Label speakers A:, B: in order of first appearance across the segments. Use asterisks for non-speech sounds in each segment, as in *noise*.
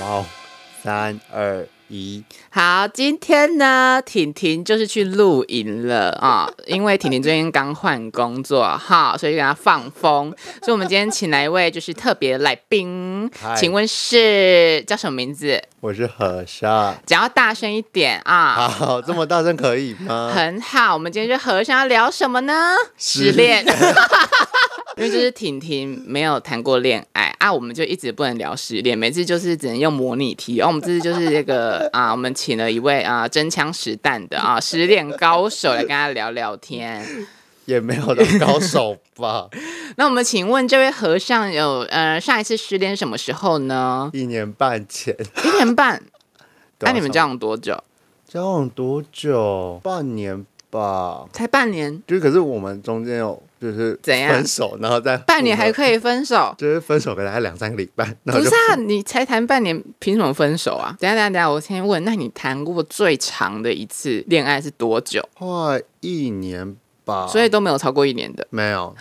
A: 哇哦，三二一，
B: 好，今天呢，婷婷就是去露营了啊、 *laughs* 因为婷婷最近刚换工作哈，所以就给她放风。所以我们今天请来一位就是特别来宾
A: 嗨，
B: 请问是叫什么名字？
A: 我是和尚。
B: 讲要大声一点啊！
A: 好，这么大声可以
B: *laughs*
A: 吗？
B: 很好，我们今天就和尚要聊什么呢？
A: 失
B: 失
A: 恋
B: 恋， *laughs* 因为就是婷婷没有谈过恋爱啊，我们就一直不能聊失恋，每次就是只能用模拟题。哦然、后我们这次就是这个啊， *laughs* 我们请了一位啊真枪实弹的啊失恋高手来跟他聊聊 *laughs* 天。
A: 也没有到高手吧？？
B: 那我们请问这位和尚有呃上一次失恋什么时候呢
A: 一年半前。
B: 一年半。那、
A: 对啊
B: 你们交往多久？
A: 交往多久？半年吧。
B: 才半年，
A: 就是可是我们中间有就是
B: 怎样
A: 分手，然后再
B: 半年还
A: 以，
B: 可以分手？
A: 就是分手可能还两三个礼拜，然
B: 不
A: 后就是
B: 啊，你才谈半年，凭什么分手啊？等一下等一下等一下，我先问，那你谈过最长的一次恋爱是多久？
A: 快一年吧。
B: 所以都没有超过一年的，
A: 没
B: *gasps*
A: 有，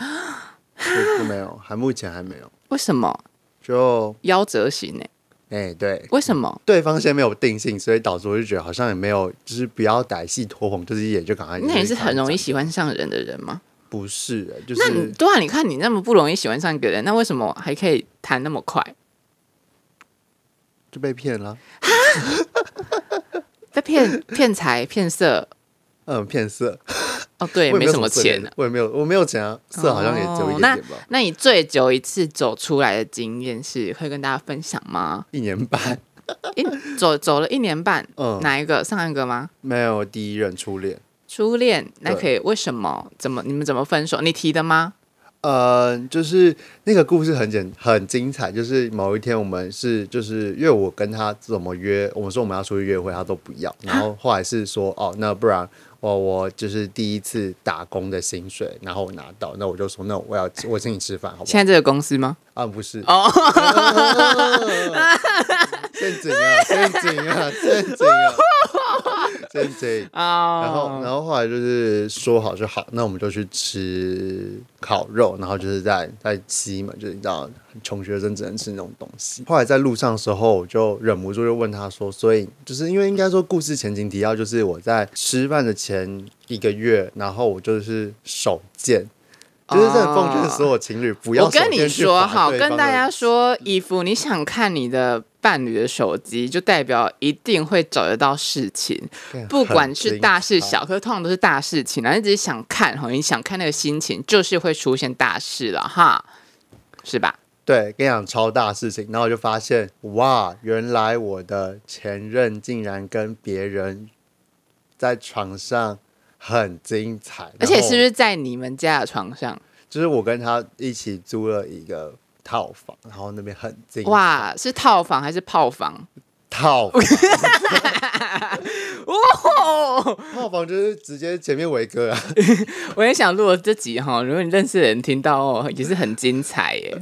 A: 就是没有，还目前还没有。
B: 为什么？
A: 就
B: 夭折型呢、
A: 哎、对，
B: 为什么？
A: 对方先没有定性，所以导致我就觉得好像也没有，就是不要歹戏拖棚，就是也就赶快。
B: 那你是很容易
A: 就是
B: 喜欢上人的人吗？
A: 赶快不是、就
B: 那你
A: 是
B: 对啊，你看你那么不容易喜欢上一个人，那为什么还可以谈那么快？
A: 就被骗了，
B: 在骗 *laughs* 骗财骗色
A: 嗯，骗色，
B: 哦，对，
A: 我也
B: 没什么
A: 色可以
B: 钱、啊。
A: 我也没有，我没有钱啊，色好像也只有一点
B: 哦
A: 点吧，
B: 那你最久一次走出来的经验是会跟大家分享吗？
A: 一年半，
B: 一走走了一年半，
A: 嗯，
B: 哪一个？上一个吗？
A: 没有第一任初恋，
B: 初恋，那
A: 对
B: 可以为什么？怎么你们怎么分手？你提的吗？
A: 呃，就是那个故事很简很精彩，就是某一天我们是就是因为我跟他怎么约，我们说我们要出去约会，他都不要，然后后来是说哦，那不然我我就是第一次打工的薪水，然后我拿到，那我就说那我要我请你吃饭，好不
B: 现 *laughs*
A: 好？
B: 在这个公司吗？
A: 啊，不是，
B: 哦，
A: 陷阱啊，陷阱啊，陷阱啊，陷阱。
B: 哦，
A: 然后，然后后来就是说好就好，那我们就去吃烤肉，然后就是在在西门，就是你知道，穷学生只能吃那种东西。后来在路上的时候，我就忍不住就问他说，所以就是因为应该说故事前情提要，就是我在吃饭的前一个月，然后我就是手贱。就是在奉劝所有情侣不要
B: 啊我
A: 手
B: 跟
A: 贱
B: 你
A: 去
B: 说
A: 划
B: 哈，
A: 对
B: 跟
A: 方
B: 大
A: 的
B: 家说，以服你想看你的伴侣的手机，就代表一定会找得到事情，
A: 干
B: 不管
A: 很
B: 是
A: 精
B: 大事
A: 彩
B: 小，可是通常都是大事情啦。啊然后你只是想看哈，你想看那个心情，就是会出现大事了哈，是吧？
A: 对，跟你讲超大事情，然后我就发现，哇，原来我的前任竟然跟别人在床上很精彩，
B: 而
A: 然
B: 且
A: 后
B: 是不是在你们家的床上？
A: 就是我跟他一起租了一个套房，然后那边很精哇
B: 哇，是套房还是炮房？
A: 套房
B: 哦，
A: 套房就是直接前面伟哥啊，
B: *laughs* 我也想录了这集哈，如果你认识的人听到哦，也是很精彩耶。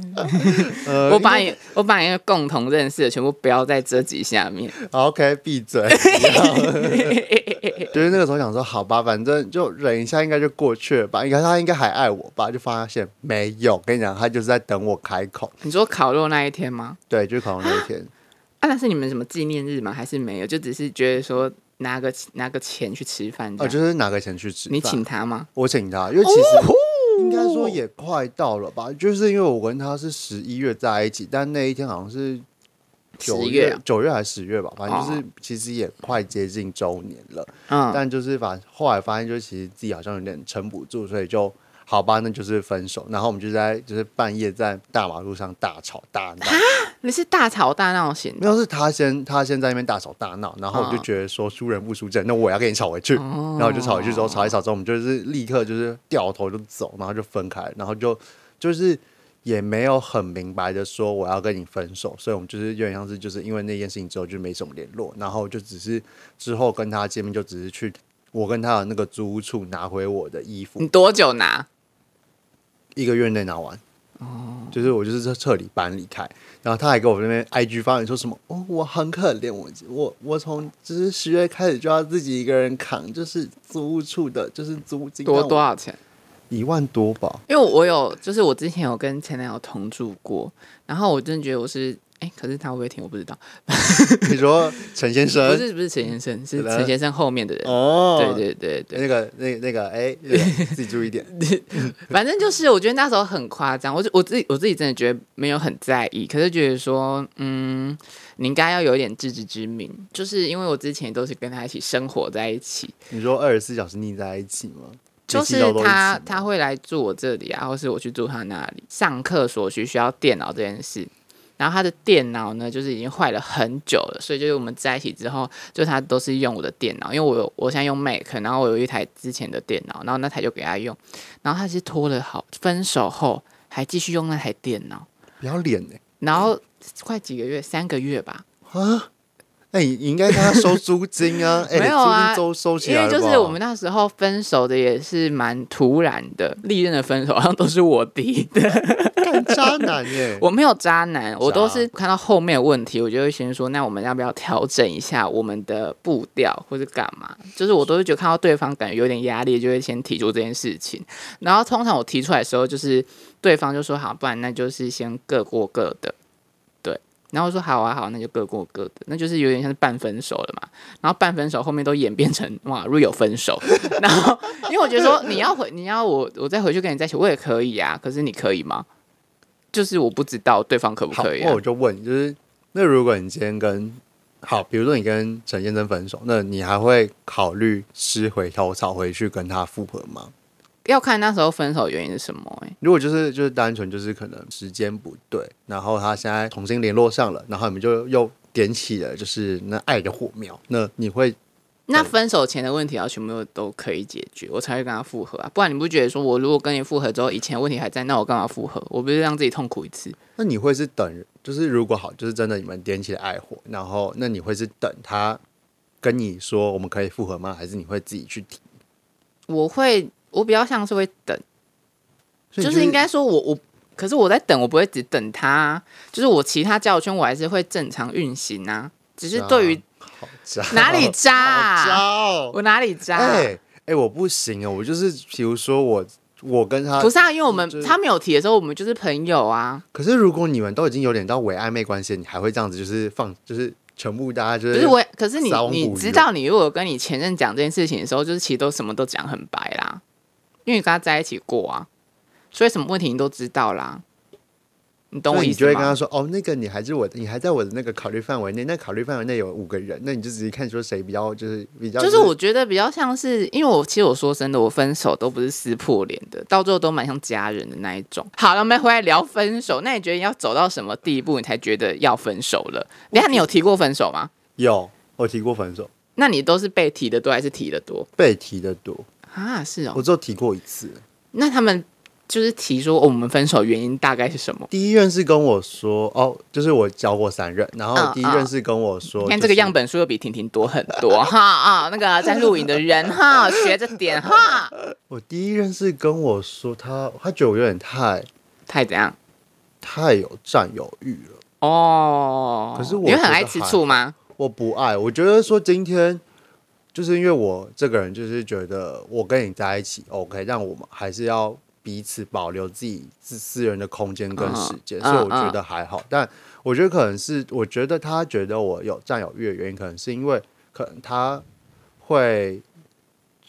A: 呃
B: 我把
A: 因为
B: 你我把你那个共同认识的全部标在这集下面。
A: 好 OK 闭
B: *laughs*
A: 嘴，就是那个时候想说，好吧，反正就忍一下，应该就过去了吧，应该他应该还爱我吧，就发现没有，跟你讲，他就是在等我开口，
B: 你说烤肉那一天吗？
A: 对，就是考那一天。
B: 啊，那是你们什么纪念日吗？还是没有？就只是觉得说拿个拿个钱去吃饭啊
A: 哦，
B: 这样。
A: 就是哪个钱去吃饭？
B: 你请哦他吗？
A: 我请他，因为其实应该说也快到了吧，就是因为我跟他是十一月在一起，但那一天好像是九
B: 10月啊哦
A: 九月还是十月吧，反正就是其实也快接近周年了，
B: 嗯，
A: 啊但就是反后来发现，就是其实自己好像有点撑不住，所以就。好吧，那就是分手。然后我们就在就是半夜在大马路上大吵大闹，
B: 你是大吵大闹型
A: 没有是他先他先在那边大吵大闹，然后我就
B: 嗯
A: 觉得说输人不输阵，那我也要跟你吵回去。
B: 哦
A: 然后我就吵回去之后，吵一吵之后，我们就是立刻就是掉头就走，然后就分开，然后就就是也没有很明白的说我要跟你分手，所以我们就是有点像是就是因为那件事情之后就没什么联络，然后就只是之后跟他见面就只是去我跟他的那个租屋处拿回我的衣服，
B: 你多久拿？
A: 一个月内拿完。
B: 哦
A: 就是我就是彻彻底搬离开。然后他还给我那边 IG 发言说什么哦，我很可怜，我我我从就是十月开始就要自己一个人扛，就是租屋处的，就是租金
B: 多多少钱？
A: 一万多吧。
B: 因为我有，就是我之前有跟前男友同住过，然后我真的觉得我是，哎、可是他会不会听我不知道，
A: 你说陈先
B: 不
A: 生
B: 是不是陈先生，是
A: 对的
B: 陈先生后面的人，
A: 哦，
B: 对对对对，
A: 那个那那个哎，那个自己注意点。
B: 反正就是我觉得那时候很夸张，我就我自己我自己真的觉得没有很在意，可是觉得说，嗯，你应该要有一点自知之明，就是因为我之前都是跟他一起生活在一起，
A: 你说二十四小时腻在一起吗？
B: 就
A: 你细
B: 是
A: 胞都一起
B: 他
A: 吗
B: 他会来住我这里啊，或是我去住他那里。上课所需需要电脑这件事，然后他的电脑呢，就是已经坏了很久了，所以就是我们在一起之后，就他都是用我的电脑，因为我有我现在用 Mac，然后我有一台之前的电脑，然后那台就给他用，然后他是拖了好分手后还继续用那台电脑，
A: 不要脸哎、
B: 然后快几个月，三个月吧，
A: 那哎你你应该跟他收租金
B: *laughs*
A: 啊！哎、
B: 没有
A: 租金
B: 啊
A: 收收起
B: 因
A: 来
B: 为
A: 了
B: 就是
A: 吧
B: 我们那时候分手的也是蛮突然的，历任的分手好像都是我提的。
A: 干渣男欸耶、
B: 我没有渣男，我都是看到后面的问题，我就会先说，那我们要不要调整一下我们的步调，或者干嘛？就是我都是觉得看到对方感觉有点压力，就会先提出这件事情。然后通常我提出来的时候，就是对方就说好，不然那就是先各过各的，对。然后我说好啊好，那就各过各的，那就是有点像是半分手了嘛。然后半分手后面都演变成 *laughs* 哇，如果有分手， *laughs* 然后因为我觉得
A: *laughs*
B: 说你要回，你要我我再回去跟你在一起，我也可以啊，可是你可以吗？就是我不知道对方可不
A: 好，
B: 可以、
A: 那
B: 啊
A: 我。就问你，就是那如果你今天跟好，比如说你跟陈先生分手，那你还会考虑吃回头草回去跟他复合吗？
B: 要看那时候分手原因是什么、欸，
A: 如果就是就是单纯就是可能时间不对，然后他现在重新联络上了，然后你们就又点起了就是那爱的火苗，那你会
B: 那分手前的问题要全部都可以解决，我才会跟他复合啊。不然你不觉得说我如果跟你复合之后，以前问题还在，那我干嘛复合？我不是让自己痛苦一次？
A: 那你会是等，就是如果好，就是真的你们点起了爱火，然后那你会是等他跟你说我们可以复合吗？还是你会自己去提？
B: 我会，我比较像是会等，
A: 所以
B: 就
A: 你
B: 是应该说我我，可是我在等，我不会只等他啊、就是我其他交友圈我还是会正常运行啊。只是对于
A: *laughs* 好渣
B: 哪里渣、
A: 啊 *laughs* 好渣
B: 啊，
A: 哦，
B: 我哪里渣、
A: 哎哎、我不行啊，我就是比如说我我跟他
B: 不，是啊，因为我们
A: 就是
B: 他没有提的时候，我们就是朋友啊。
A: 可是如果你们都已经有点到伪暧昧关系，你还会这样子就是放就是全部大家就
B: 不是我，可是你
A: 撒网捕
B: 你
A: 鱼
B: 知
A: 了
B: 道，你如果跟你前任讲这件事情的时候，就是其实都什么都讲很白啦，因为你跟他在一起过啊，所以什么问题你都知道啦。你懂我
A: 所以
B: 意
A: 你就
B: 思
A: 会跟
B: 吗
A: 他？说哦，那个你还是我的，你还在我的那个考虑范围内，那考虑范围内有五个人，那你就直接看说谁比较就是比较
B: 就是我觉得比较像是，因为我其实我说真的，我分手都不是撕破脸的，到最后都蛮像家人的那一种。好了，我们回来聊分手。那你觉得要走到什么地步，你才觉得要分手了？等一下你有提过分手吗？
A: 有我提过分手。
B: 那你都是被提的多还是提的多
A: 被提的多，
B: 啊？是哦
A: 我，只有提过一次。
B: 那他们就是提说、哦我们分手原因大概是什么？
A: 第一任是跟我说，哦，就是我交过三任，然后
B: 嗯
A: 第一任是跟我说，
B: 你看这个样，本数又比婷婷多很多哈啊！那个在录影的人哈，学着点哈。
A: 我第一任是跟我说他，他觉得我有点太
B: 太怎样？
A: 太有占有欲了，
B: 哦，
A: 可是我
B: 你会很
A: 觉得
B: 爱吃醋吗？
A: 我不爱。我觉得说今天。就是因为我这个人，就是觉得我跟你在一起 OK，但我们还是要彼此保留自己自私人的空间跟时间，
B: 嗯
A: 所以我
B: 嗯
A: 觉得还好。但我觉得可能是，我觉得他觉得我有占有欲的原因，可能是因为可能他会，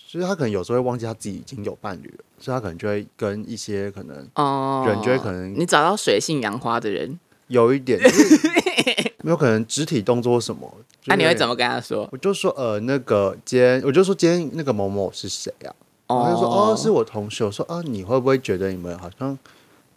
A: 就是他可能有时候会忘记他自己已经有伴侣了，所以他可能就会跟一些可能
B: 哦，
A: 人就会可能
B: 你找到水性杨花的人，
A: 有一点，
B: *laughs*
A: 就是没有可能肢体动作什么。
B: 那、啊你会怎
A: 么？
B: 么跟他说？
A: 我就说呃，那个今天我就说今天那个某某是谁啊？然后就说哦，是我同事。我说啊，你会不会觉得你们好像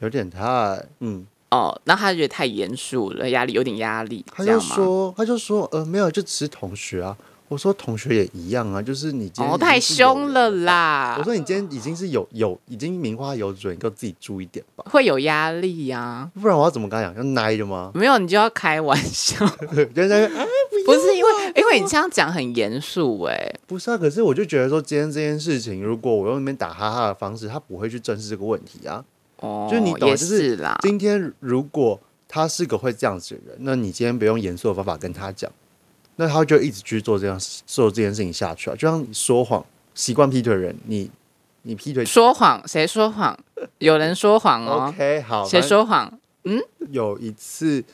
A: 有点太嗯？
B: 哦，那他觉得太严肃了，压力有点压力，
A: 他
B: 这
A: 就
B: 样吗？哦
A: 说，他就说，呃，没有，就只是同学啊。我说同学也一样啊，就是你今天
B: 哦，
A: 已经
B: 太
A: 是有
B: 凶了
A: 人
B: 啦
A: 我，说你今天已经是有有已经名花有主，你给我自己注意点吧，
B: 会有压力呀、啊。
A: 不然我要怎么跟他讲？要奶的吗？ *laughs*
B: 没有，你就要开玩笑，
A: 就是在那边啊
B: 不是因为因为你这样讲很严肃哎，
A: 不是啊，可是我就觉得说今天这件事情，如果我用那边打哈哈的方式，他不会去正视这个问题啊。
B: 哦，
A: 就是你懂
B: 也
A: 吗就是
B: 是啦，
A: 今天如果他是个会这样子的人，那你今天不用严肃的方法跟他讲，那他就一直去做这样做这件事情下去啊。就像你说谎，习惯劈腿的人，你你劈腿、
B: 说谎，谁说谎？有人说谎哦，
A: OK 好，
B: 谁
A: 反正哦
B: 说谎？
A: 有一次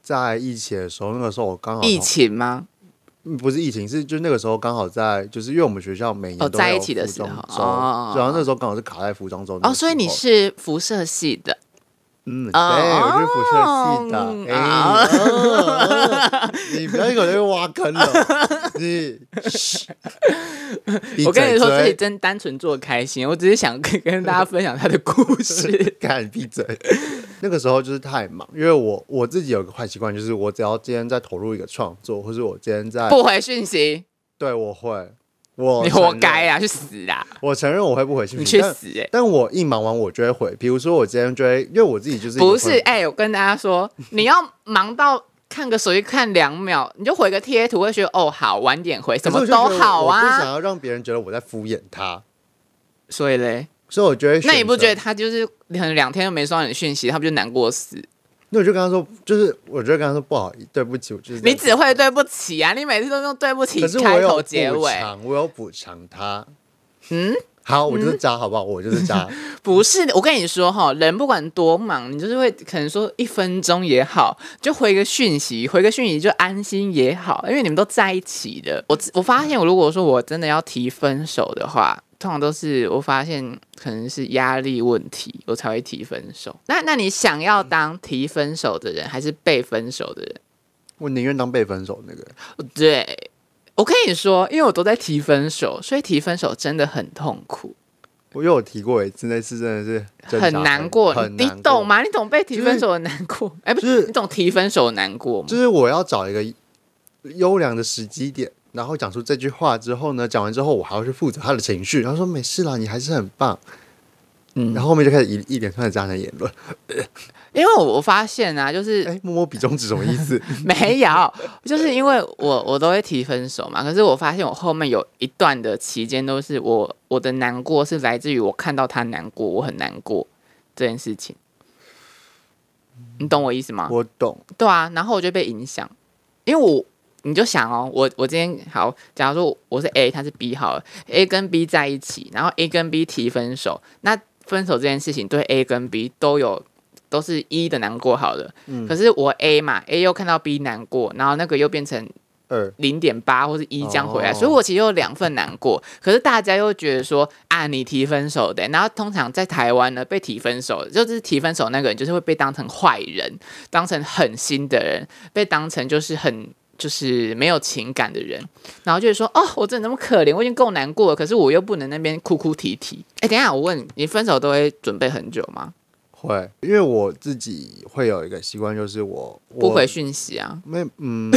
A: 在疫情的时候，那个时候我刚好
B: 疫情吗？
A: 嗯不是疫情，是就是那个时候刚好在，就是因为我们学校每年
B: 哦
A: 都会有
B: 在一起的
A: 服
B: 时候
A: 装周
B: 哦哦哦
A: 然后那时候刚好是卡在服装周那个
B: 哦，所以你
A: 时候
B: 是辐射系的，
A: 嗯，对，
B: 哦
A: 我是辐射系
B: 嗯
A: 的。哎
B: 啊
A: 哦，你不要一口就挖坑 *laughs* 了，你。嘘闭
B: 我跟你
A: 嘴
B: 说，自己
A: 嘴。
B: 真单纯做开心，我只是想跟跟大家分享他的故事
A: *laughs* 干闭嘴。那个时候就是太忙，因为我我自己有个坏习惯，就是我只要今天在投入一个创作，或是我今天在
B: 不回讯息，
A: 对我会，哎我
B: 你
A: 承
B: 活
A: 认嗯
B: 该啊！去死啊！
A: 我承认我会不回信息，
B: 你去
A: 但
B: 死欸
A: 但我一忙完我就会回，比如说我今天就会，因为我自己就是一个
B: 不
A: 会
B: 是，哎、我跟大家说，你要忙到看个手机看两秒，你就回个贴图，会觉得哦好，晚点回，
A: 可
B: 什
A: 是我
B: 么
A: 就
B: 都
A: 觉得
B: 好
A: 我不想
B: 啊。
A: 要让别人觉得我在敷衍他，
B: 所以嘞，
A: 所以我就会。
B: 那你不觉得
A: 得？
B: 他就是可能两天都没收到你的讯息，他不就难过死？
A: 那我就跟他说，就是我就跟他说不好意思，对不起，我就是在
B: 你只会对不起啊！你每次都用对不起
A: 可是我
B: 开
A: 有
B: 头结
A: 补
B: 尾，
A: 偿，我有补偿他。
B: 嗯，
A: 好，我就是渣，好不好？我就是渣。
B: 不是，我跟你说哈，人不管多忙，你就是会可能说一分钟也好，就回个讯息，回个讯息就安心也好，因为你们都在一起的。我我发现，我如果说我真的要提分手的话，通常都是我发现可能是压力问题，我才会提分手。那那你想要当提分手的人，还是被分手的人？
A: 我宁愿当被分手那个。
B: 对，我跟你说，因为我都在提分手，所以提分手真的很痛苦。
A: 我又有提过一次，那次真的是挣扎
B: 很难过，
A: 很
B: 你
A: 难
B: 你懂？吗？你懂被提
A: 就是
B: 分手的难过？哎、不
A: 就是
B: 你懂提分手的难过吗？
A: 就是我要找一个优良的时机点，然后讲出这句话之后呢，讲完之后我还要去负责他的情绪，然后说没事啦，你还是很棒，
B: 嗯
A: 然后后面就开始一一连串的渣男言论。
B: 因为我我发现啊，就是、
A: *laughs* 哎，摸摸比中指什么意
B: *laughs*
A: 思？
B: 没有，就是因为我我都会提分手嘛。可是我发现我后面有一段的期间都是我我的难过是来自于我看到他难过，我很难过这件事情。你懂我意思吗？
A: 我懂，
B: 对啊，然后我就被影响，因为我你就想哦，我我今天好，假如说我是 A，他是 B 好了，A 跟 B 在一起，然后 A 跟 B 提分手，那分手这件事情对 A 跟 B 都有都是一的难过好了，可是我 A 嘛，A 又看到 B 难过，然后那个又变成
A: 二
B: 零点八或是一这样回来，
A: 哦
B: 所以我其实有两份难过。可是大家又觉得说啊，你提分手的欸、然后通常在台湾呢，被提分手就是提分手那个人，就是会被当成坏人，当成狠心的人，被当成就是很。就是没有情感的人，然后就是说，哦，我真的那么可怜，我已经够难过了，可是我又不能那边哭哭啼啼。哎，等一下，我问你，你分手都会准备很久吗？
A: 会，因为我自己会有一个习惯，就是我
B: 不回
A: 我
B: 讯息啊？
A: 没嗯。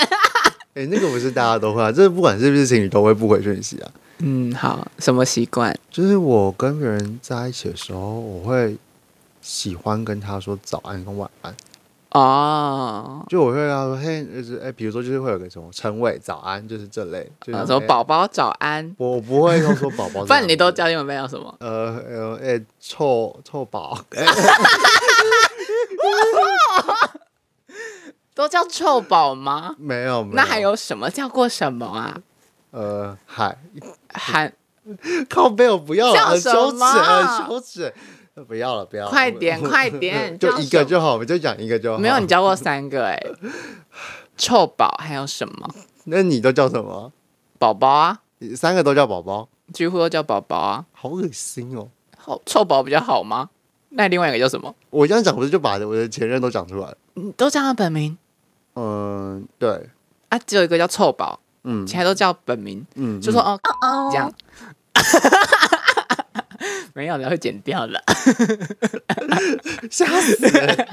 A: *laughs* 哎、那个不是大家都会啊，这不管是不是情侣都会不回讯息啊。
B: 嗯，好，什么习惯？
A: 就是我跟别人在一起的时候，我会喜欢跟他说早安跟晚安，
B: 哦，
A: 就我会跟他说嘿，就是哎、比如说就是会有个什么称谓早安，就是这类，就是、
B: 啊，什么
A: 哎
B: 宝宝早安，
A: 我我不会说说宝宝，
B: 不然你都叫英文班叫什么？
A: 呃呃哎、臭臭宝，
B: 都叫臭宝吗？
A: 没有没有，
B: 那还有什么叫过什么啊？
A: 呃嗨，
B: 喊
A: 靠背我不要了，
B: 叫
A: 很
B: 什
A: 羞耻，
B: 么
A: 很羞耻，不要了不要了，
B: 快点
A: 我
B: 快
A: *laughs*
B: 点
A: 就
B: 叫
A: 一个
B: 什么
A: 就好，我们就讲一个就好，
B: 没有，你，教过三个哎、臭宝还有什么？
A: 那你都叫什么？
B: 宝宝啊，
A: 你三个都叫宝宝，
B: 几乎都叫宝宝啊。
A: 好恶心哦。
B: 好，臭宝比较好吗？那另外一个叫什么？
A: 我这样讲不是就把我的前任都讲出来了？
B: 你都叫他本名
A: 嗯，对，
B: 啊？只有一个叫臭宝，
A: 嗯
B: 其他都叫本名，
A: 嗯， *laughs*
B: 就说哦哦哦这样。 *laughs* 没有的，会剪掉的。
A: 吓死人！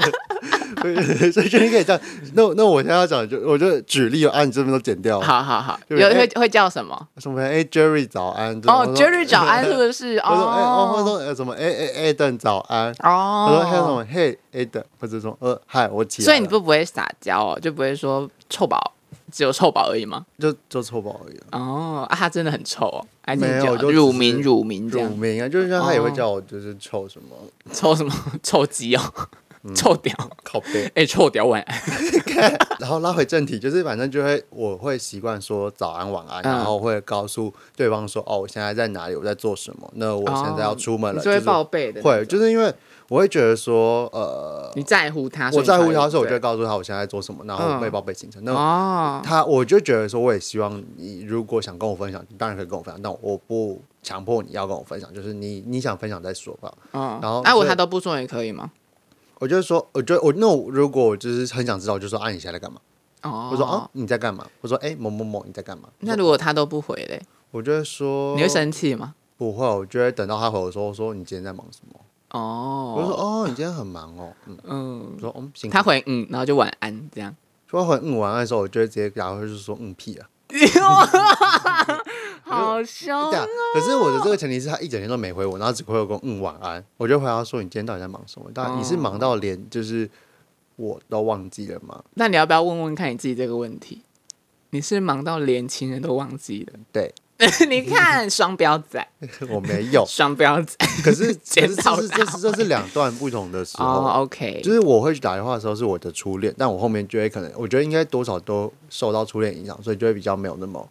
A: *laughs* 所以就你可以这样。那那我现在要讲，就我就举例哦啊，你这边都剪掉了。
B: 好好好，有
A: 对不对
B: 会会叫什么？
A: 什么？哎，Jerry 早安。
B: 哦
A: 我说
B: ，Jerry 早安是。不是？
A: *laughs* 我说哎，哦，或者
B: 哦
A: 说呃什么哎哎 Aden 早安。
B: 哦，
A: 我说还有什么嘿 Aden，或者说呃嗨，我起来了。
B: 所以你不不会撒娇哦，就不会说臭宝只有臭宝而已吗？
A: 就就臭宝而已啊。
B: 哦，啊，他真的很臭哦，还是
A: 没
B: 你
A: 有
B: 叫
A: 就只
B: 乳名
A: 是
B: 乳名这
A: 乳
B: 样，
A: 名啊，就是像他也会
B: 哦
A: 叫我就是臭什么
B: 臭什么 *laughs* 臭鸡哦，
A: 嗯
B: 臭屌， *laughs*
A: 靠背。
B: 哎、臭屌晚安，
A: 然后拉回正题，就是反正就会我会习惯说早安晚安，
B: 嗯
A: 然后会告诉对方说哦我现在在哪里，我在做什么，那我现在要出门了，
B: 哦你就会
A: 是
B: 报备的那种，
A: 会，就是因为我会觉得说呃。
B: 你在乎他，所
A: 我
B: 以你才
A: 在
B: 会
A: 乎他的时候，我就会
B: 对
A: 告诉他我现在在做什么，然后
B: 嗯
A: 会报备行程。那
B: 哦，
A: 他我就觉得说，我也希望你如果想跟我分享，你当然可以跟我分享，但我不强迫你要跟我分享，就是你你想分享再说吧。
B: 嗯，
A: 然后
B: 啊，我
A: 所以
B: 他都不说也可以吗？
A: 我就说，我就我那我如果我就是很想知道，我就说啊你现在在干嘛？
B: 哦，
A: 我说啊你在干嘛？我说哎、某某某你在干嘛？
B: 那如果他都不回嘞，
A: 我就会说
B: 你会生气吗？
A: 不会，我就会等到他回我说，我说你今天在忙什么？
B: 哦，
A: 我就说哦你今天很忙哦，嗯，
B: 嗯
A: 我，说嗯行。
B: 他回嗯，然后就晚安这样。
A: 说回嗯晚安的时候，我就会直接然后就说嗯屁啊。
B: *laughs* 好凶
A: 对啊，可是我的这个前提是他一整天都没回我，然后只回我跟嗯晚安，我就回他说你今天到底在忙什么？但你是忙到连就是我都忘记了吗？
B: 那你要不要问问看你自己这个问题？你是忙到连情人都忘记
A: *laughs*
B: 了？
A: 对，
B: 你看双标仔，。
A: 我没有
B: *laughs* 双标
A: *laughs*
B: 仔。
A: 可是可是
B: 检讨
A: 这是
B: 他
A: 这是这是两段不同的时
B: 哦
A: 候。
B: ，OK，
A: 啊就是我会去打电话的时候是我的初恋，但我后面就会可能，我觉得应该多少都受到初恋影响，所以就会比较没有那么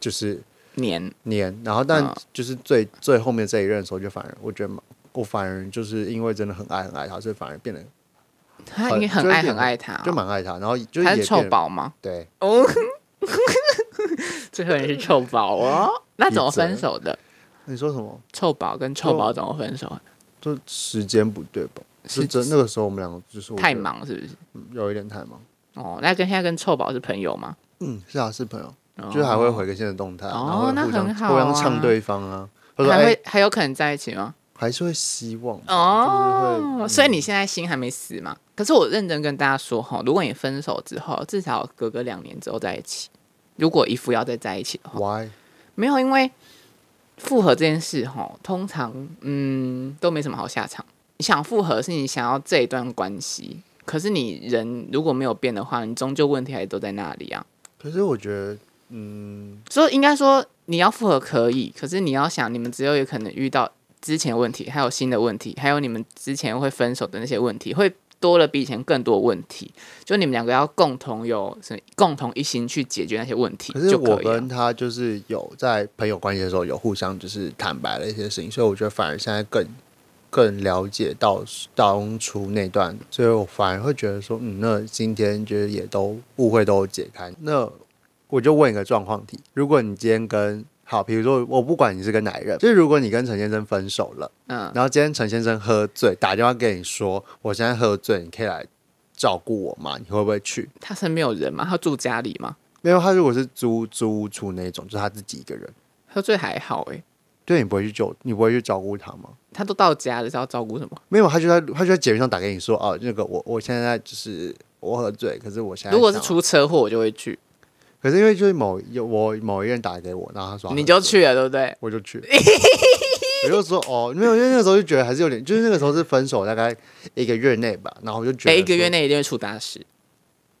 A: 就是
B: 年
A: 黏。然后但
B: 嗯
A: 就是最、最后面这一任的时候，就反而我觉得我反而就是因为真的很爱很爱他，所以反而变得
B: 嗯他
A: 很
B: 应该很
A: 就是
B: 爱
A: 变
B: 很爱他哦、
A: 就蛮爱他，然后就是
B: 他
A: 也
B: 是臭
A: 变得 *laughs*
B: 宝吗？
A: 对，
B: 哦，最后也是臭宝哦。那怎么分手的？
A: 你说什么？
B: 臭宝跟臭宝怎么分手？
A: 就时间不对吧？是
B: 时
A: 真那个时候我们两个就是我
B: 太
A: 觉得，
B: 忙是不是？
A: 嗯有一点太忙。
B: 哦，那跟现在跟臭宝是朋友吗？
A: 嗯，是啊，是朋友，
B: 哦
A: 就是还会回个新的动态，啊然后
B: 哦
A: 会
B: 那
A: 互相
B: 很好
A: 互相呛
B: 啊
A: 对方啊。他说：“
B: 还
A: 哎
B: 会，还有可能在一起吗？
A: 还是会希望吧就是会
B: 哦，
A: 嗯
B: 所以你现在心还没死嘛？可是我认真跟大家说哈，如果你分手之后，至少隔个两年之后在一起，如果一副要再在一起的话，
A: why
B: 没有，因为复合这件事哈，通常嗯都没什么好下场。你想复合是你想要这一段关系，可是你人如果没有变的话，你终究问题还都在那里啊。
A: 可是我觉得，嗯，
B: 所以应该说你要复合可以，可是你要想，你们只有有可能遇到之前的问题，还有新的问题，还有你们之前会分手的那些问题，会多了比以前更多的问题。就你们两个要共同有什么共同一心去解决那些问题
A: 可是
B: 就
A: 我
B: 可以啊
A: 跟
B: 了。
A: 他就是有在朋友关系的时候有互相就是坦白了一些事情，所以我觉得反而现在更更了解到当初那段，所以我反而会觉得说，嗯，那今天就是也都误会都解开。那我就问一个状况题：如果你今天跟好，比如说我不管你是跟哪一任，就是如果你跟陈先生分手了，
B: 嗯，
A: 然后今天陈先生喝醉打电话跟你说，我现在喝醉，你可以来照顾我吗？你会不会去？
B: 他身边有人吗？他住家里吗？
A: 没有，他如果是租租屋处那种，就是他自己一个人，
B: 喝醉还好诶、
A: 对你不会去救，你不会去照顾他吗？
B: 他都到家了，是要照顾什么？
A: 没有，他就在他就在节目上打给你说，哦，那个我我现在就是我喝醉，可是我现在
B: 如果是
A: 想要，
B: 出车祸，我就会去，
A: 可是因为就是某有我某一个人打给我，然后他说他
B: 你
A: 喝
B: 就
A: 醉，
B: 去了，对不对？
A: 我就去，我就说哦，没有，因为那个时候就觉得还是有点，就是那个时候是分手大概一个月内吧，然后我就觉得
B: 哎，一个月
A: 内，
B: 内一定会出大事，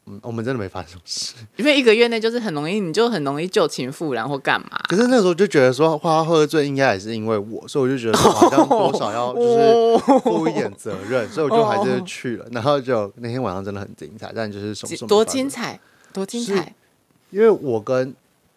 A: 嗯，我们真的没发生什么事，
B: 因为一个月内就是很容易，你就很容易旧情复燃或干嘛。
A: 可是那时候就觉得说，花喝醉应该也是因为我，所以我就觉得好像多少要就是。
B: 哦
A: 负一点责任，所以我就还是去了。然后就那天晚上真的很精彩，但就是什么什么
B: 多哦精，彩，多精彩！
A: 因为我跟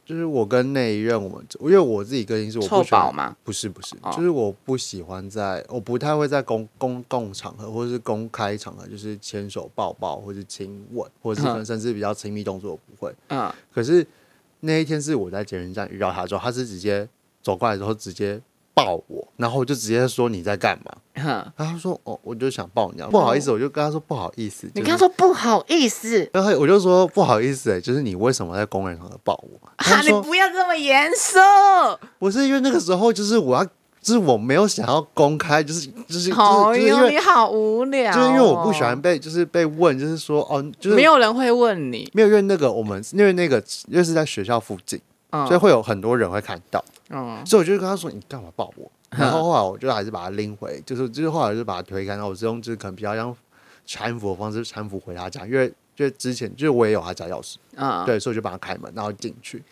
A: 就是我跟那一任我们，因为我自己个性是我不
B: 臭
A: 喜
B: 宝
A: 欢，
B: 吗？
A: 不是不是，
B: 哦
A: 就是我不喜欢在，我不太会在公公共场合或者是公开场合，就是牵手、抱抱或是亲吻，或者是可能
B: 嗯
A: 甚至比较亲密动作我不会。
B: 嗯，
A: 可是那一天是我在捷运站遇到他之后，他是直接走过来之后直接抱我，然后我就直接说你在干嘛？
B: 哼，
A: 然后他说：“哦，我就想抱你啊，不好意思，我就跟他说不好意思。
B: 你
A: 就是
B: 跟他，说不好意思
A: 然后我就说不好意思、欸，就是你为什么在公然场合抱我？
B: *laughs* 啊，
A: 他
B: 你
A: 说
B: 不要这么严肃。
A: 不是因为那个时候就是我要，就是我没有想要公开，就是
B: *laughs*
A: 就是就
B: 好
A: 是就是因
B: 哦哟，你
A: 为
B: 好无聊。哦
A: 就是因为我不喜欢，被就是被问，就是说哦，就是
B: 没有人会问你，
A: 没有因为那个我们因为那个因为是在学校附近，所以
B: 嗯
A: 会有很多人会看到，
B: 嗯，
A: 所以我就跟他说你干嘛抱我？
B: *laughs*
A: 然后后来我就还是把他拎回，就是就是后来就把他推开，然后我是用就是可能比较像搀扶的方式搀扶回他家，因为就之前就是我也有他家钥匙，
B: 嗯，
A: 对，所以我就帮他开门，然后进去。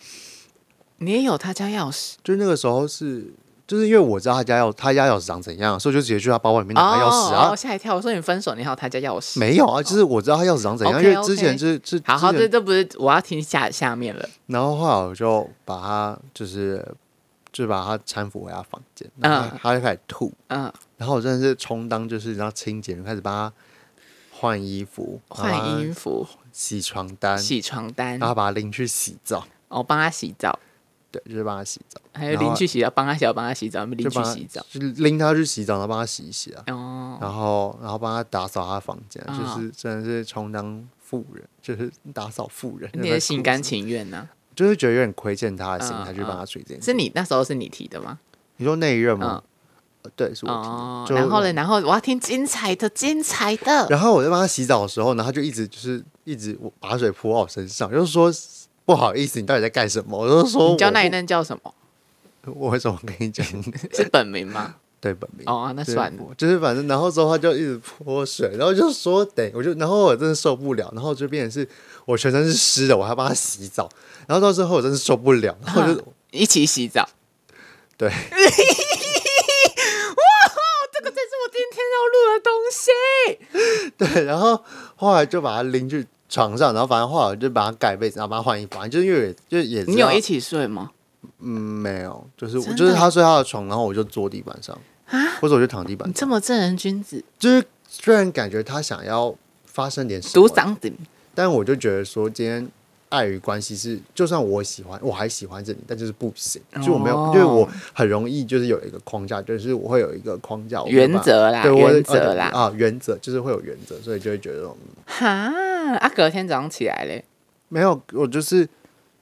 B: 你也有他家钥匙
A: 就那个时候是，就是因为我知道他家钥他家钥匙长怎样，所以我就直接去他包包里面拿他钥匙啊。
B: 哦，吓一跳！我说你分手，你还有他家钥匙？
A: 没有啊，就是我知道他钥匙长怎样，因
B: OK，OK
A: 为之前就是是
B: 好好，
A: 之
B: 这
A: 前
B: 这不是我要听下下面了。
A: 然后后来我就把他就是就把他搀扶回他房间，然后
B: 嗯
A: 他他就开始吐，
B: 嗯，
A: 然后我真的是充当就是然后清洁人开始帮他换衣服、
B: 换衣
A: 服、
B: 服、
A: 洗床单，
B: 洗床单，
A: 然后把他拎去洗澡，
B: 哦，帮他洗澡，
A: 对，就是帮他洗澡，
B: 还有
A: 然后
B: 邻居洗澡，帮他洗澡，帮他洗澡，邻
A: 就
B: 居
A: 帮他
B: 洗澡。
A: 就是拎他去洗澡，然后帮他洗一洗啊，
B: 哦，
A: 然后然后帮他打扫他房间，啊
B: 嗯
A: 就是真的是充当妇人，就是打扫妇人，
B: 你也心甘
A: 情，
B: 情愿啊呢？
A: 就是觉得有点亏欠他的心，
B: 嗯
A: 才去帮他处理这件事。
B: 是你那时候是你提的吗？
A: 你说那一任
B: 嗯
A: 吗？呃对，是我提的
B: 哦，
A: 就
B: 然后嘞，然后我要听精彩的，精彩的。
A: 然后我在帮他洗澡的时候呢，他就一直就是一直我把水泼到我身上，就是说不好意思，你到底在干什么？我就说
B: 你叫那一
A: 那，
B: 任叫什
A: *laughs*
B: 么？
A: 我为什么跟你讲
B: 是本名吗？
A: 对本名？
B: *laughs* 哦，那
A: 就是
B: 算了。
A: 就是反正然后之后他就一直泼水，然后就说得，我就然后我真的受不了，然后就变成是我全身是湿的，我还要帮他洗澡，然后到最后我真是受不了，然后我就、
B: 一起洗
A: *laughs*
B: 澡。
A: 哦对， *laughs*
B: 这个才是我今天要录的东西。
A: 对，然后后来就把他拎去床上，然后反正后来我就把他盖被子，然后帮他换衣服，反正就是因为就也知
B: 你有
A: 道
B: 一起睡吗？
A: 嗯没有，就是
B: 真
A: 我
B: 的
A: 就是他睡他的床，然后我就坐地板上，
B: 啊，
A: 或者我就躺地板
B: 你这
A: 上，
B: 么正人君子，
A: 就是虽然感觉他想要发生点什
B: 读
A: 么，
B: something。
A: 但我就觉得说今天。爱与关系是，就算我喜欢，我还喜欢着你，但就是不行，就是我没有，
B: 哦
A: 因为我很容易就是有一个框架，就是我会有一个框架我没有
B: 原
A: 办法
B: 则啦，
A: 哦对我
B: 原则啦。
A: 啊，原则就是会有原则，所以就会觉得嗯
B: 哈啊，隔天早上起来嘞，
A: 没有，我就是，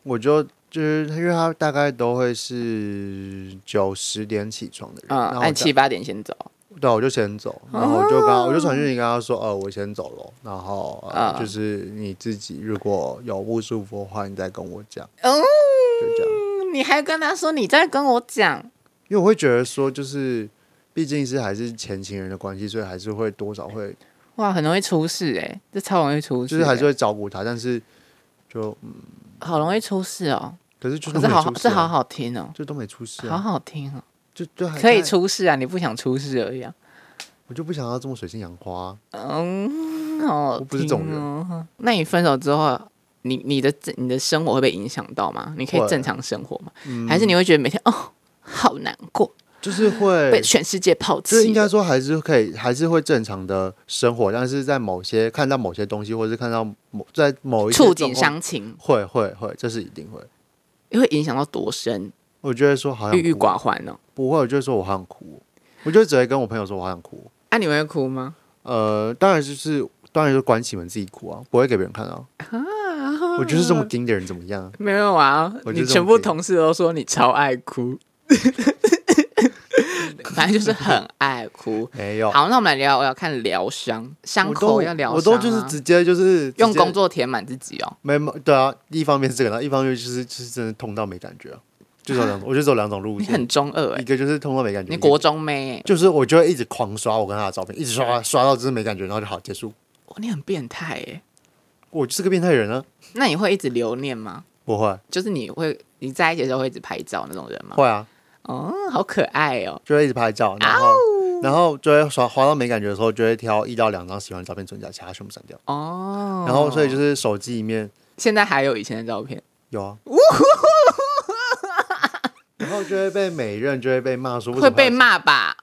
A: 我就就是，因为他大概都会是九十点起床的人，
B: 嗯
A: 然，后
B: 按
A: 我
B: 七
A: 就
B: 八点先走，
A: 对，啊我就先走，然后我就跟他，我就传讯息跟他说，呃，我先走了，然后、呃
B: 哦嗯
A: 就是你自己如果有不舒服的话，你再跟我讲，
B: 嗯，
A: 就这样，
B: 你还跟他说你在跟我讲，
A: 因为我会觉得说，就是毕竟是还是前情人的关系，所以还是会多少会，
B: 哇，很容易出事哎、这超容易出事
A: 就
B: 欸、
A: 是还是会照顾他，但是就嗯
B: 好容易出事哦、
A: 可是就是
B: 可
A: 都
B: 是
A: 没
B: 好好
A: 出事、
B: 这
A: 啊，
B: 好好听哦、
A: 就都没出事
B: 好
A: 啊，
B: 好听哦、
A: 就就还
B: 可
A: 在，
B: 以出事啊，你不想出事而已啊。
A: 我就不想要这么水性杨花啊、
B: 嗯，好好
A: 我不是这种
B: 听哦那你分手之后，你你的这你的生活会被影响到吗？你可
A: 会啊嗯
B: 以正常生活吗？还是你会觉得每天哦好难过，
A: 就是会
B: 被，全世界抛
A: 就是应
B: 弃？
A: 该说还是可以，还是会正常的生活，但是在某些看到某些东西，或是看到某在某一些
B: 触
A: 状
B: 景
A: 况，
B: 伤情
A: 会会会，这是一定会。
B: 会影响到多深？
A: 我觉得说好像
B: 郁郁寡欢哦。
A: 不会，我就会说我好想哭，哦我就只会跟我朋友说我好想哭。哦
B: 啊，你会哭吗？
A: 呃，当然就是当然就关起门自己哭啊，不会给别人看到。
B: 啊
A: 我就是这么盯的人，怎么样？
B: 没有啊，
A: 我就
B: 你
A: 这么
B: 全部
A: 觉得
B: 同事都说你超爱
A: *laughs*
B: 哭，反正就是很爱哭。
A: 没有，
B: 好，那我们来聊，我要看疗伤，伤
A: 哦我
B: 口
A: 都
B: 要疗伤啊、
A: 我都就是直接就是直
B: 用
A: 接
B: 工作填满自己哦。
A: 没对啊，一方面是这个，然后一方面就是就是真的痛到没感觉啊，就走两种，我就走两种路
B: 你
A: 线
B: 很，中二哎、
A: 一个就是痛到没感觉，
B: 你
A: 一个
B: 国中妹、欸，
A: 就是我就会一直狂刷我跟他的照片，一直刷刷到就是没感觉，然后就好结束。
B: 哇，你很变态哎、
A: 我就是个变态人啊，
B: 那你会一直留念吗？
A: 不会，
B: 就是你会你在一起的时候会一直拍照那种人吗？
A: 会啊，
B: 哦，好可爱哦。
A: 就会一直拍照，然
B: 啊
A: 后、然后就会刷滑到没感觉的时候，就会挑一到两张喜欢的照片存起来，其他全部删掉。
B: 哦，
A: 然后所以就是手机里面
B: 现在还有以前的照片，
A: 有啊，然后就会被每任就会被骂说为什
B: 会
A: 么还有
B: 被骂吧？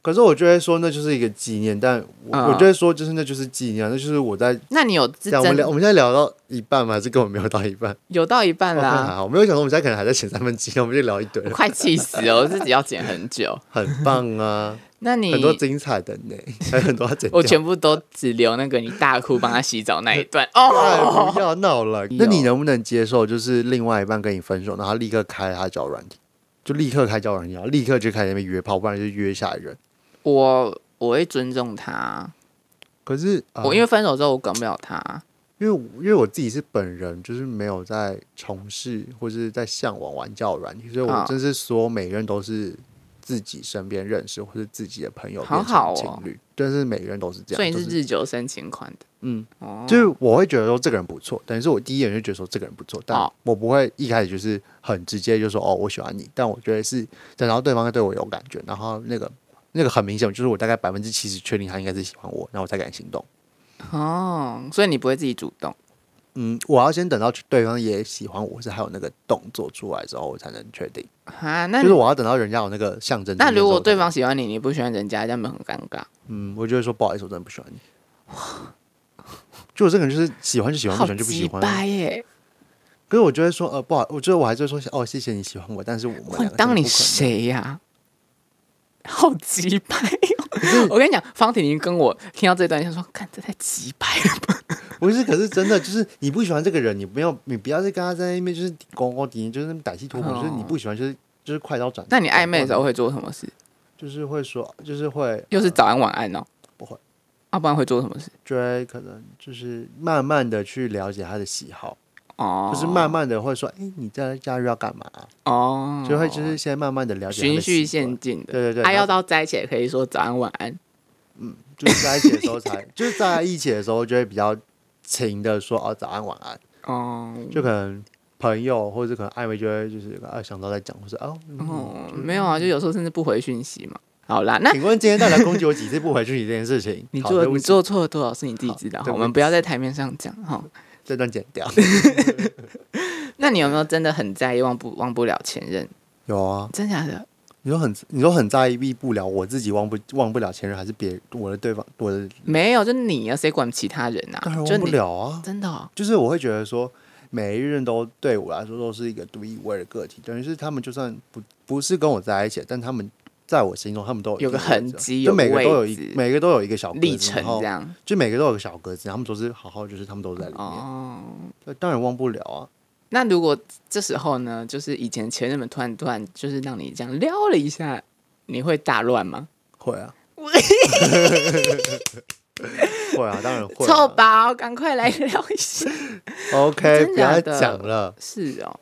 A: 可是我就会说那就是一个纪念，但我、
B: 嗯
A: 我就会说就是那就是纪念，那就是我在
B: 那你有自
A: 这样。我们聊，我
B: 真
A: 们现在聊到一半吗？还是根本没有到一半？
B: 有到一半
A: 哦那还
B: 啦，
A: 好，我没有想到我们现在可能还在前三分之一，我们就聊一堆
B: 我
A: 了，
B: 快气死了，我自己要剪很久。
A: 很棒啊，
B: 那 *laughs* 你
A: 很多精彩的呢，还有很多要剪掉。
B: 我全部都只留那个你大哭帮他洗澡那一段
A: 哎，
B: 哦。
A: 不要闹
B: *laughs*
A: 了！那你能不能接受，就是另外一半跟你分手，然后他立刻开他交友软体，就立刻开交友软体，然后立刻就开始在那边约炮，不然就约下一任。
B: 我我会尊重
A: 啊
B: 他，
A: 可是、呃
B: 我因为分手之后我管不了他，
A: 因为我因为我自己是本人，就是没有在从事或是在向往玩交友软体，所以我
B: 啊
A: 真是说每个人都是自己身边认识或是自己的朋友
B: 好
A: 变
B: 好
A: 成
B: 哦
A: 情侣，但是每个人都是这样，
B: 所以你
A: 就是
B: 日久生情款的
A: 嗯，
B: 哦。
A: 就是我会觉得说这个人不错，等于是我第一眼就觉得说这个人不错，但
B: 哦
A: 我不会一开始就是很直接就说哦我喜欢你，但我觉得是等到对方对我有感觉，然后那个那个很明显就是我大概百分之七十确定他应该是喜欢我，然后我才敢行动。
B: 哦，所以你不会自己主动
A: 嗯，我要先等到对方也喜欢我是还有那个动作出来之后，我才能确定，
B: 哈？那
A: 就是我要等到人家有那个象征。
B: 那如果对，方喜欢你，你不喜欢人家，这样不是很尴尬？
A: 嗯，我就会说不好意思，我真的不喜欢
B: *laughs*
A: 你。就我啊这个人就是喜欢就喜欢，不
B: 好
A: 喜欢就不喜
B: 鸡
A: 欢。
B: 掰耶！
A: 可是我就会说，呃，不好，我觉得我还是会说，哦，谢谢你喜欢我，但是我们两个
B: 我
A: 真的
B: 当你
A: 不可能？
B: 谁呀、好鸡掰哦！我跟你讲，方婷婷跟我听到这段，想说，看这太鸡掰了
A: *laughs*
B: 吧？
A: 不是，可是真的就是你不喜欢这个人，你不要，你不要再跟他在那边就是勾勾顶，就是那么歹戏拖
B: 哦
A: 捧，就是你不喜欢，就是就是快刀斩。
B: 那你暧昧的时候会做什么事？
A: 就是会说，就是会呃
B: 又是早安晚安哦？
A: 不会，
B: 要、不然会做什么事？
A: 就会可能就是慢慢的去了解他的喜好，
B: 哦，
A: 就是慢慢的会说，哎，你在假日要干嘛？
B: 哦，
A: 就会就是先慢慢的了解他的
B: 循序
A: 习惯
B: 渐，进的。
A: 对对对，
B: 他、
A: 然
B: 要
A: 后
B: 到在一起也可以说早安晚安。
A: 就是在一起的时候才，就是在一起的时候就会比较勤的说，哦，早安晚安。
B: 哦，
A: 就可能朋友或者可能暧昧就会就是啊想到再讲，或是哦，嗯
B: 哦，没有啊，就有时候甚至不回讯息嘛。好啦，那
A: 请问今天到底来攻击我几次不回讯息这件事 *laughs* 情？
B: 你
A: 好
B: 做
A: 对不
B: 你
A: 起
B: 做错了多少事你自己知道，
A: 好
B: 好
A: 对
B: 我
A: 不
B: 们不要在台面上讲哈。
A: 这段剪掉。
B: 那你有没有真的很在意忘不忘不了前任？
A: *laughs* 有啊，
B: 真假的？
A: 你说很你说很在意不了我自己忘不忘不了前任，还是别我的对方我的
B: 没有，就你啊，谁管其他人啊
A: 当然？
B: 就
A: 忘不
B: 你
A: 了啊，
B: 真的哦
A: 就是我会觉得说。每一任都对我来说都是一个独一无二的个体，等于是他们就算不不是跟我在一起，但他们在我心中他们都有
B: 有个
A: 一定的位
B: 痕
A: 置啊
B: 迹有
A: 就每个都有
B: 位
A: 一
B: 置
A: 每个都有一个小格子哦
B: 历程
A: 然后
B: 这样
A: 就每个都有个小格子，他们都是好好，就是他们都在里面。
B: 哦。
A: 呃当然忘不了啊，
B: 那如果这时候呢，就是以前前任们突然突然就是让你这样撩了一下，你会大乱吗？
A: 会
B: *laughs*
A: 啊，会啊，当然会、
B: 臭
A: 啊。
B: 宝，赶快来撩一下。
A: OK，
B: 真
A: 不要
B: 假的
A: 再讲了。
B: 是哦，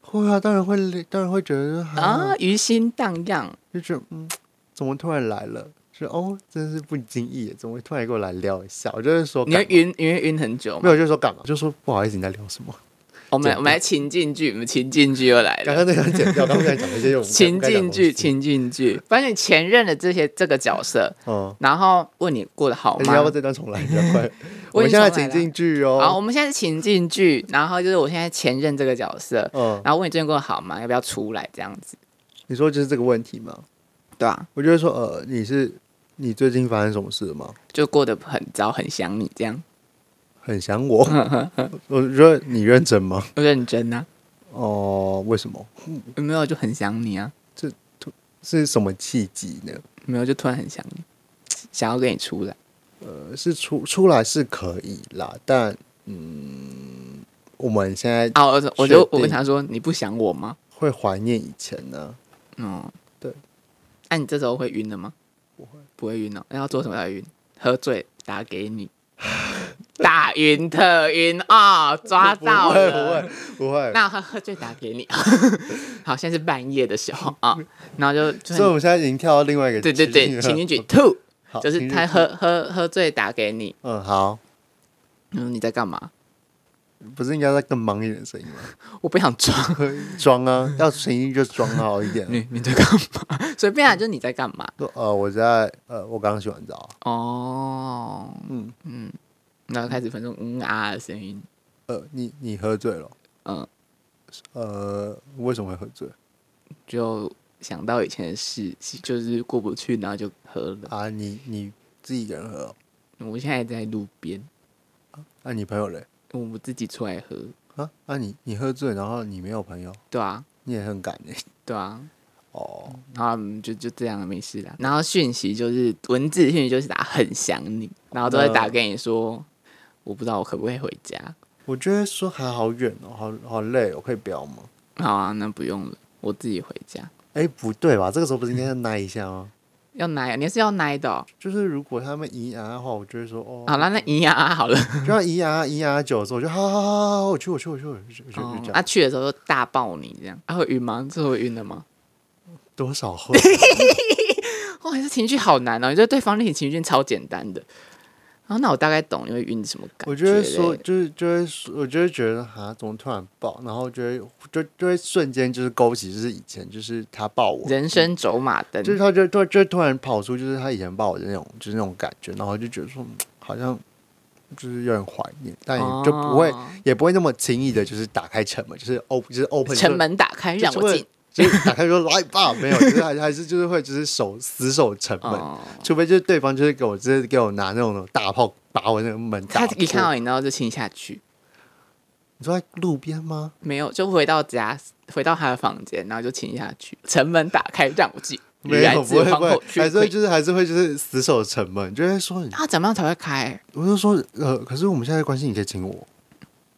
A: 会啊，当然会，当然会觉得啊，
B: 啊，于心荡漾。
A: 就觉得嗯，怎么突然来了？是哦，真是不经意，怎么会突然给我来聊一下？我就会说
B: 你
A: 干
B: 会
A: 嘛，
B: 晕，你会晕很久
A: 没
B: 吗？
A: 有，就说干嘛？就说不好意思，你在聊什
B: *laughs*
A: 么？
B: 我们
A: 真的
B: 我们来情境剧，我们情境剧又来
A: 刚
B: 了。
A: 刚那个剪掉，刚刚在讲那些我们
B: 情境剧，
A: 情
B: 情境剧，反正你前任的这些这个角色，
A: 嗯，
B: 然后问你过得好
A: 哎你要不要
B: 吗？
A: 这段重来一下？快，
B: *laughs*
A: 我
B: 我已
A: 们
B: 经
A: 现在
B: 重来
A: 情
B: 了
A: 境剧
B: 好，
A: 哦
B: 我，们现在是情境剧，然后就是我现在前任这个角色，
A: 嗯，
B: 然后问你最近过得好吗？要不要出来这样子？
A: 你说就是这个问题吗？
B: 对啊，
A: 我就会说，呃，你是你最近发生什么事了吗？
B: 就过得很糟，很想你这样，
A: 很想我，我觉得你认真吗？
B: 我认真啊，
A: 哦、为什么？
B: 有没有就很想你啊，
A: 是什么契机呢？
B: 有没有就突然很想你，想要跟你出来。
A: 呃，是出出来是可以啦，但嗯，我们现在
B: 啊，我就我就
A: 确定
B: 我跟他说，你不想我吗？
A: 会怀念以前呢、
B: 嗯，
A: 对。
B: 那、你这时候会晕的吗？
A: 不会，
B: 不会晕哦。那要做什么才会晕？喝醉打给你， *laughs* 大晕特晕哦，抓
A: 不
B: 到
A: 会，
B: 了。
A: 不会，不会。
B: 那喝喝醉打给你。 *laughs* 好，现在是半夜的时候啊、然后就
A: 所
B: 就
A: 以我
B: 很
A: 们现在已经跳到另外一个
B: 对对对，情
A: 情
B: 景剧 two，
A: *laughs* 好
B: 就
A: 情景
B: 是他
A: 剧
B: 喝喝喝醉打给你，
A: 嗯，好，
B: 嗯，你在干嘛？
A: 不是应该再更忙一点的声音吗？ *laughs*
B: 我不想装，
A: 装啊，要声音就装好一点。啊
B: 你你在干嘛？ *laughs* 随便啊，就是你在干嘛？
A: 说呃，我在呃，我刚刚洗完澡，
B: 哦，
A: 嗯
B: 嗯，然后开始分出嗯啊的声音，
A: 呃，你你喝醉了，
B: 嗯，
A: 呃，为什么会喝醉
B: 就想到以前的事，就是过不去，然后就喝了。
A: 啊？你你自己一个人喝、哦？
B: 我现在在路边，
A: 那、你朋友嘞？
B: 我自己出来喝，
A: 啊啊你！你喝醉，然后你没有朋友，
B: 对啊，
A: 你也很敢哎、
B: 对啊，
A: 哦，
B: 然后嗯就就这样没事啦。然后讯息就是文字讯息就是打很想你，然后都会打给你说，我不知道我可不可以回家。
A: 我觉得说还好远哦，好好累哦，可以不要吗？
B: 好啊，那不用了，我自己回家。
A: 哎，不对吧？这个时候不是应
B: *laughs*
A: 该要耐一下吗？
B: 要奶啊，你是要奶的哦、
A: 就是如果他们咿呀的话，我就会说哦，
B: 好啦，那咿呀啊好了。
A: 就像咿呀咿呀九的时候，我就好好好好，我去我去我去我去我去我去
B: 哦
A: 这
B: 啊，
A: 样，
B: 去的时候就大抱你这样，啊会晕吗？这会晕的吗？
A: 多少
B: *laughs*
A: 会
B: 哇，这情绪好难哦！你对对方那些情绪超简单的，然后那我大概懂你会晕什么感
A: 我
B: 觉
A: 就
B: 嘞。
A: 会说，就是就会说，我就会觉得啊，怎么突然抱，然后就会就就会瞬间就是勾起，就是以前就是他抱我，
B: 人生走马灯，
A: 就是他就突就突然跑出，就是他以前抱我的那种，就是那种感觉，然后就觉得说，嗯好像就是有点怀念，但也就不会、
B: 哦
A: 也不会那么轻易的，就是打开城门，就是 open 就是 open
B: 城
A: 就
B: 门打开
A: 就
B: 让
A: 是
B: 我
A: 会
B: 进。
A: 就是打开说来吧，没有，就是还还是就是会就是守死守城门，
B: 哦，
A: 除非就是对方就是给我直接给我拿那种大炮把我那个门打
B: 他
A: 破。
B: 一看到你，然后就亲下去。
A: 你说在路边吗？
B: 没有，就回到家，回到他的房间，然后就亲下去。城门打开，让我进。
A: 没
B: 然
A: 有，不
B: 自
A: 会
B: 皇
A: 不会
B: 后，去
A: 还是会
B: 会
A: 就是还是会就是死守城门，就会说你，
B: 啊，怎么样才会开？
A: 我就说呃，可是我们现在关系，你可以请我，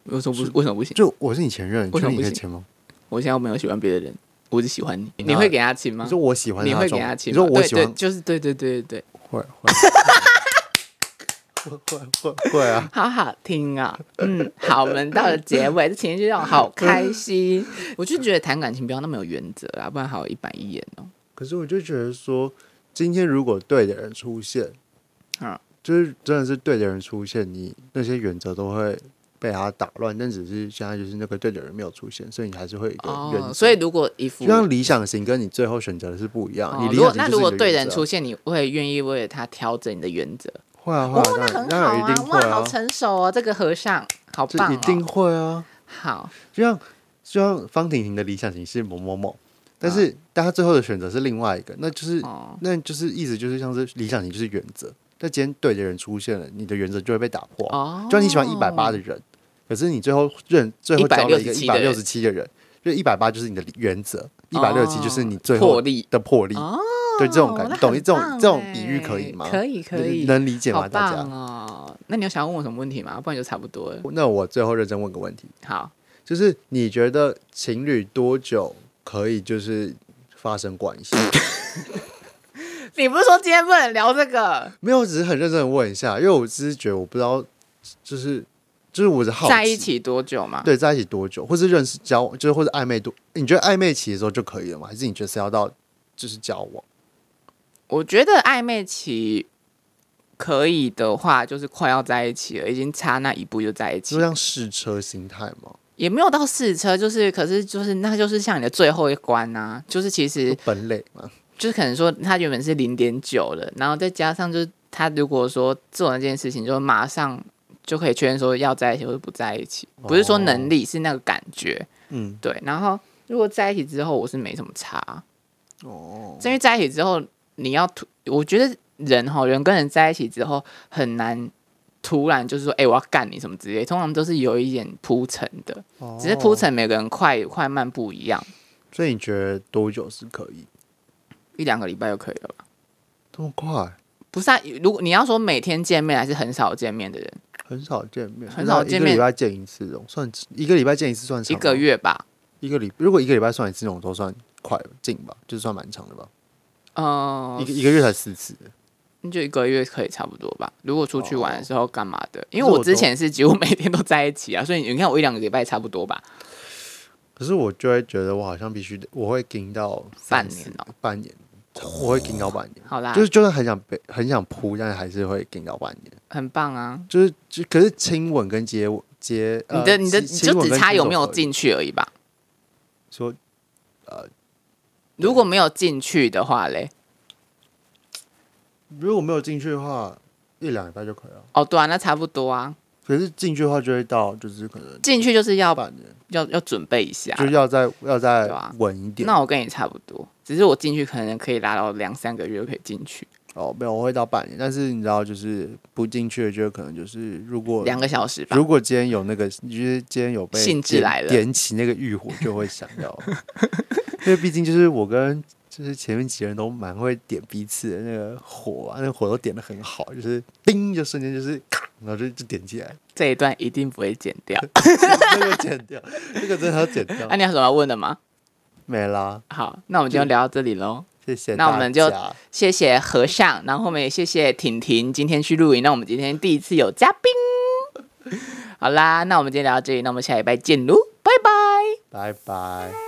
B: 为什么不？为什么不行？
A: 就我是你前任，
B: 为
A: 就
B: 什
A: 是
B: 么
A: 你
B: 不
A: 可以
B: 行
A: 请吗？
B: 我现在没有喜欢别的人，我只喜欢你。
A: 那
B: 你会给他亲吗
A: 你？说我喜欢
B: 啊你
A: 他
B: 会
A: 的
B: 给
A: 状
B: 他
A: 况，
B: 亲
A: 你
B: 吗？
A: 说我
B: 对
A: 喜
B: 对，
A: 欢，
B: 就是对对对对对，
A: 会 *laughs* 会会会会会啊！
B: 好好听啊、嗯，好，我们到了结尾，这情绪让我好开心。我就觉得谈感情不要那么有原则啊，不然好一板一眼哦。
A: 可是我就觉得说，今天如果对的人出现，
B: 嗯，
A: 就是真的是对的人出现，你那些原则都会被他打乱。但只是现在就是那个对的人没有出现，所以你还是会有一个原则。
B: 哦，所以如果一副
A: 就像理想型跟你最后选择的是不一样。
B: 哦
A: 你理
B: 如果
A: 想型
B: 那
A: 就是
B: 如果
A: 一个
B: 对
A: 原
B: 人
A: 则
B: 出现，你会愿意为了他调整你的原则？
A: 会啊会
B: 哦
A: 啊，，当
B: 那
A: 然
B: 很
A: 当然一
B: 好
A: 定
B: 啊，
A: 会
B: 哇，好
A: 啊，
B: 成熟哦，这个和尚好棒、
A: 这
B: 哦，
A: 一定会啊。
B: 好。
A: 就像就像方婷婷的理想型是某某某，但是但她最后的选择是另外一个，那就是、
B: 嗯哦
A: 那就是意思就是像是理想型就是原则，但今天对的人出现了，你的原则就会被打破。
B: 哦，
A: 就像你喜欢一百八的人，可是你最后认最后交了一个一
B: 167
A: 百
B: 的
A: 六
B: 人
A: 十七的人，就一百八就是你的原则，一百六十七就是你最后
B: 魄力
A: 的魄力。
B: 哦，
A: 对这种感
B: 那很
A: 懂这种
B: 棒
A: 这种
B: 哎
A: 比喻可以吗
B: 可以可以，
A: 能理解吗？
B: 好
A: 大
B: 棒
A: 家？
B: 哦。那你有想要问我什么问题吗？不然就差不多了。
A: 那我最后认真问个问题，
B: 好，
A: 就是你觉得情侣多久可以就是发生关
B: *laughs*
A: 系？
B: 你不是说今天不能聊这个？
A: 没有，只是很认真的问一下，因为我只是觉得我不知道，就是就是我是好奇
B: 在一起多久嘛？
A: 对在一起多久，或是认识交往，就是或者暧昧多，你觉得暧昧期的时候就可以了吗？还是你觉得是要到就是交往？
B: 我觉得暧昧期可以的话，就是快要在一起了，已经差那一步就在一起
A: 就，像试车心态吗？
B: 也没有到试车，就是可是就是那就是像你的最后一关啊，就是其
A: 就
B: 实
A: 本垒嘛，
B: 就是可能说他原本是零点九了，然后再加上就是他如果说做那件事情，就马上就可以确认说要在一起或者不在一起，不是
A: 哦
B: 说能力是那个感觉，
A: 嗯，
B: 对。然后如果在一起之后，我是没什么差，
A: 哦，
B: 因为在一起之后，你要突，我觉得人哈，人跟人在一起之后很难突然就是说，哎、我要干你什么之类，通常都是有一点铺陈的，只是铺
A: 哦，
B: 陈每个人快快慢不一样，
A: 所以你觉得多久是可以？
B: 一两个礼拜就可以了吧。
A: 这么快，
B: 不是啊，如果你要说每天见面，还是很少见面的人，
A: 很少见面，
B: 很少见面
A: 一个礼拜见一次，这种算一个礼拜见一次算
B: 一
A: 长吗
B: 个月吧。
A: 一个礼，如果一个礼拜算一次那种，都算快近吧，就算蛮长的吧。
B: 嗯
A: 一，个一个月才四次，
B: 那就一个月可以差不多吧。如果出去玩的时候干嘛的？因
A: 哦可是
B: 为
A: 我
B: 我之前是几乎每天都在一起啊，所以你看我一两个礼拜差不多吧。
A: 可是我就会觉得我好像必须得，我会盯到
B: 半
A: 三四
B: 年哦
A: 半年，我会盯到半年。
B: 好啦，
A: 就是就算很想被很想扑，但还是会盯到半年。
B: 很棒啊。
A: 就是就可是亲吻跟接吻接，呃
B: 你的你的你
A: 亲
B: 就只差有没有，
A: 亲吻跟
B: 进去而已吧。
A: 亲吻可以说
B: 如果没有进去的话嘞，
A: 如果没有进去的话，一两礼拜就可以了。
B: 哦对啊，那差不多啊。
A: 可是进去的话就会到就是可能
B: 进去就是要
A: 半年，
B: 要要准备一下。
A: 就是要再要再
B: 对啊
A: 稳一点。
B: 那我跟你差不多，只是我进去可能可以拉到两三个月就可以进去，
A: 哦，没有，我会到半年，但是你知道，就是不进去的，就可能就是如果
B: 两个小时吧。
A: 如果今天有那个，就是今天有被
B: 兴致
A: 点
B: 来了
A: 点起那个欲火，就会想要， *laughs* 因为毕竟就是我跟就是前面几个人都蛮会点彼此的那个火啊，那个火都点的很好，就是叮，就瞬间就是咔，然后就就点
B: *laughs*
A: 起来，
B: 这一段一定不会剪
A: *laughs*
B: 掉。
A: 这个剪掉，这个真的要剪掉
B: *laughs* 那、，你有什么要问的吗？
A: 没啦，
B: 好，那我们就聊到这里喽。
A: 谢谢
B: 那我们就
A: 大家
B: 谢谢和尚，然后后面也谢谢婷婷今天去露营，那我们今天第一次有嘉宾。好啦，那我们今天聊到这里，那我们下礼拜见喽，拜拜。
A: 拜拜。